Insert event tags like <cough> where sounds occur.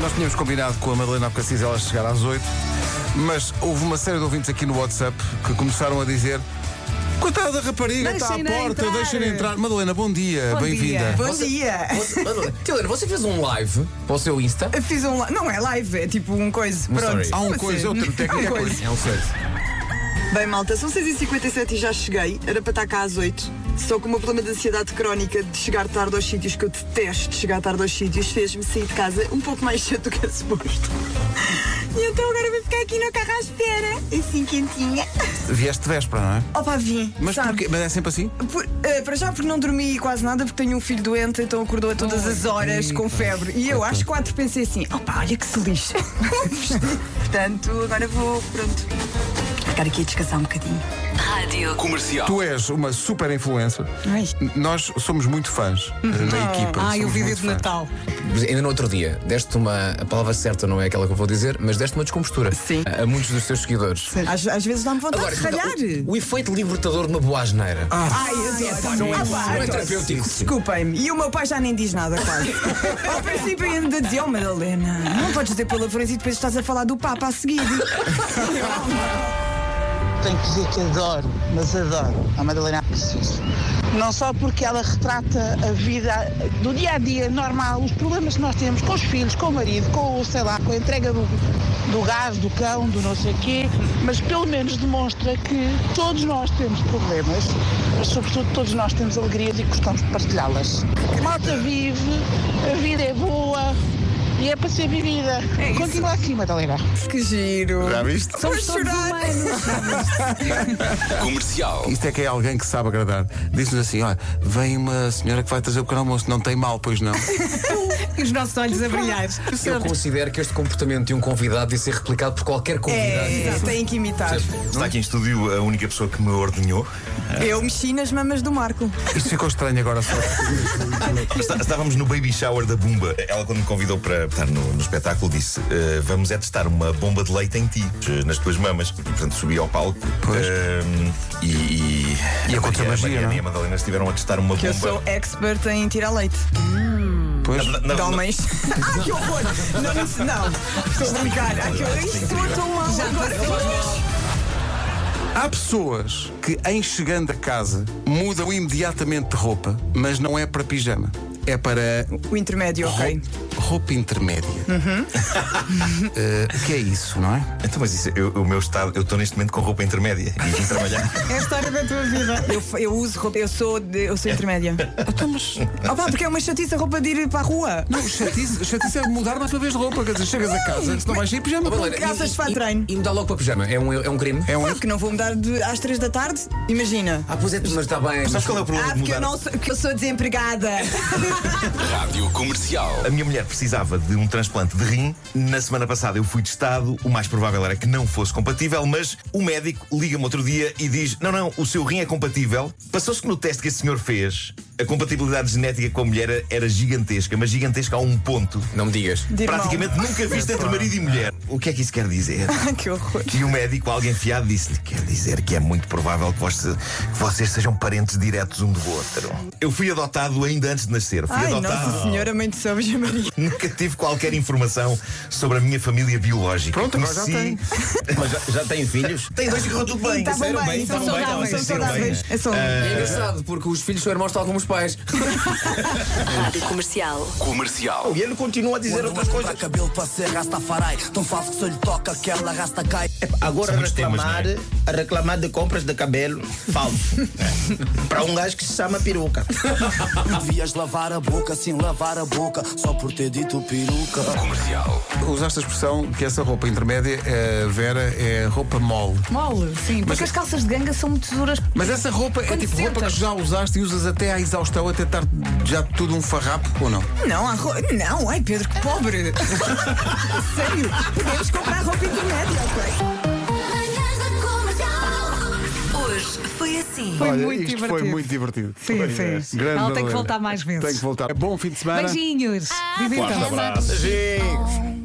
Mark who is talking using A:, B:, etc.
A: Nós tínhamos combinado com a Madalena Alcacis ela chegar às 8, mas houve uma série de ouvintes aqui no WhatsApp que começaram a dizer. Coitada da rapariga, está à
B: Deixem-na
A: porta,
B: entrar."
A: deixem-na entrar. Madalena, bom dia,
B: Bom
A: bem-vinda.
B: dia.
C: Bom
D: <laughs>
C: dia!
E: Você-
C: <laughs>
E: Helena, você fez um live para o seu Insta?
C: Fiz um. li- Não é live, é tipo um coisa.
E: Um
C: Pronto.
E: story.
A: Há um
C: Mas
A: coisa,
C: é-
A: outro técnico é
C: um
A: coisa.
E: É um sorriso.
D: Bem, malta, são 6h57 e já cheguei. Era para estar cá às 8. Só que o meu problema de ansiedade crónica de chegar tarde aos sítios, que eu detesto chegar tarde aos sítios, fez-me sair de casa um pouco mais <laughs> cedo do que é suposto. E então agora vou ficar aqui no carro à espera, assim quentinha.
A: Vieste de véspera, não é?
C: Opa, vim.
A: Mas,
C: sabe?
A: porquê? mas é sempre assim?
C: Por- eh, para já, porque não dormi quase nada, porque tenho um filho doente, então acordou a todas as horas com febre. E eu, às quatro, pensei assim: opa, olha que se lixe.
D: <laughs> Portanto, agora vou, pronto, ficar aqui a descansar um bocadinho.
A: Tu és uma super influencer.
C: Ai.
A: Nós somos muito fãs eh,
B: Ah.
A: na equipa.
B: Ai, o
A: somos
B: vídeo
A: muito
B: de
A: fãs.
B: Natal.
E: Mas Ainda no outro dia, deste uma. A palavra certa não é aquela que eu vou dizer, mas deste uma descompostura
C: Sim.
E: a, a muitos dos teus seguidores. então,
C: Às, às vezes dá-me vontade de ralhar.
B: então,
E: o, o efeito libertador de uma boa asneira.
C: Ai,
B: é
C: adoro. Ah, pá,
E: não é
C: adoro.
E: terapêutico.
C: Desculpem-me. E o meu pai já nem diz nada, quase. Ao princípio ainda dizia, oh Madalena, não podes dizer palavrões e depois estás a falar do Papa
D: <laughs>
C: a seguir.
F: Tenho que dizer que adoro, mas adoro a Madalena Narciso. Não só porque ela retrata a vida do dia a dia normal, os problemas que nós temos com os filhos, com o marido, com o sei lá, com a entrega do, do gás, do cão, do não sei quê, mas pelo menos demonstra que todos nós temos problemas, mas sobretudo todos nós temos alegrias e gostamos de partilhá-las. Malta vive, a vida é boa e é para ser vivida. Continua assim, Madalena.
C: Que giro.
A: Já viste?
C: Vamos chorar.
A: Isto é que é alguém que sabe agradar. Diz-nos assim: olha, vem uma senhora que vai trazer o pequeno almoço. Não tem mal,
B: <laughs>
A: pois não.
B: E os nossos olhos a brilhar.
E: Eu considero que este comportamento de um convidado deve ser replicado por qualquer convidado.
C: É, têm que imitar.
G: Está aqui em estúdio a única pessoa que me ordenhou.
C: Eu mexi nas mamas do Marco.
A: Isto ficou estranho agora só.
G: Está- estávamos no baby shower da Bumba. Ela, quando me convidou para estar no, no espetáculo, disse: "Eh, Vamos é testar uma bomba de leite em ti, eh, nas tuas mamas. E, portanto, subi ao palco.
A: Pois.
G: eh, e. E,
A: E aconteceu
G: a Maria-
A: magia,
G: Mariana
A: não? é?
G: e a Madalena estiveram a testar uma
C: Que eu
G: bomba.
C: sou expert em tirar leite.
A: Pois.
G: Na- na-
C: De homens.
G: <laughs>
C: Ai, que horror. Não, não, não. Estou a brincar. Ai, que horror. Isto é um soa tão mal agora.
A: Há pessoas que, em chegando a casa, mudam imediatamente de roupa, mas não é para pijama. É para
C: O intermédio, ok.
G: Uhum.
A: roupa, roupa intermédia. <laughs> Eh, O que é isso, não é?
G: Então, mas isso, eu- o meu estado, eu estou neste momento com roupa intermédia e vim
A: <laughs>
G: trabalhar.
C: É a história da tua vida. Eu, eu uso roupa, eu sou, de- eu sou
G: <laughs>
C: intermédia. Ah pá, porque é uma chatice a roupa de ir para a rua.
A: Não, chatice, chatice é mudar mais uma vez de roupa. Quer dizer, chegas a casa, se não vais ir pijama.
E: Oh, Helena,
C: Com calças
E: e-
C: de fato
E: e-
C: treino.
E: E mudar logo para pijama. É um, é um crime?
A: É um
C: Claro que Ah, não vou mudar de, às três da tarde, imagina.
E: Ah, pois é, mas está bem.
G: Sabes qual é o problema
C: Ah,
G: de
C: porque eu,
G: mudar?
C: não sou, que eu sou desempregada.
G: A minha mulher precisava de um transplante de rim. Na semana passada eu fui testado. O mais provável era que não fosse compatível, mas o médico liga-me outro dia e diz: Não, não, o seu rim é compatível. Passou-se que no teste que esse senhor fez, a compatibilidade genética com a mulher era gigantesca, mas gigantesca a um ponto.
E: Não me digas.
C: De irmão.
G: Praticamente nunca vista entre marido e mulher. O que é que isso quer dizer?
C: <laughs> Ai, que horror.
G: E o médico, alguém fiado, disse-lhe: Quer dizer que é muito provável que, você- que vocês sejam parentes diretos um do outro. Eu fui adotado ainda antes de nascer. Fui
C: Ai,
G: adotado.
C: Nossa Senhora, mãe de São Virgem Maria.
G: Nunca tive qualquer informação sobre a minha família biológica.
A: Pronto, agora já tem.
G: <laughs>
E: Mas já, já têm filhos?
G: Tem dois que correu tudo bem.
C: Estavam
G: Saíram
C: tá bem, então são
G: estavam bem,
C: saudáveis, são
G: estavam- saíram bem.
C: saudáveis. É só
E: É engraçado, porque os filhos são irmãos tal como os pais.
H: E ele continua a dizer outras coisas. É, Agora
G: São muitos temas,
H: reclamar, a reclamar de compras de cabelo, falso. Para um gajo que se chama peruca.
I: Devias lavar a boca, sim, lavar a boca, só por ter dito peruca.
A: Usaste a expressão que essa roupa intermédia, eh, Vera, é roupa mole.
B: Mole, sim. Porque as calças de ganga são muito duras.
A: Mas essa roupa é
B: Quando
A: tipo
B: sentas.
A: roupa que já usaste e usas até à exaustão, até estar já tudo um farrapo ou não?
C: Não, há ro... não, ai Pedro, que pobre. <laughs> Sério, podemos comprar roupa intermédia, ok?
J: Hoje foi assim.
B: Foi muito divertido.
A: divertido.
B: Sim, sim.
A: Grande
B: Ela tem que
A: Madalena.
B: voltar mais vezes.
A: voltar. Bom fim de semana.
B: Beijinhos. Divirtam-se.
J: Abraço.